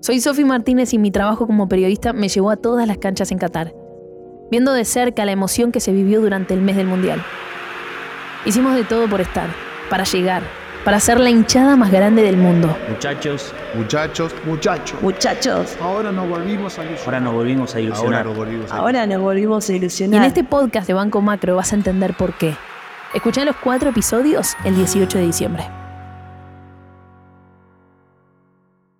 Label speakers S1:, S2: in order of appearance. S1: Soy Sofi Martínez y mi trabajo como periodista me llevó a todas las canchas en Qatar, viendo de cerca la emoción que se vivió durante el mes del Mundial. Hicimos de todo por estar, para llegar, para ser la hinchada más grande del mundo.
S2: Muchachos,
S3: Muchachos,
S4: Muchachos,
S5: Muchachos,
S4: ahora nos volvimos a ilusionar.
S2: ahora nos volvimos a
S3: ahora
S2: ilusionar.
S3: lo volvimos a-
S5: ahora nos volvimos a
S1: Y en
S5: ilusionar.
S1: este podcast de Banco Macro vas a entender por qué. Escuchá los cuatro episodios el 18 de diciembre.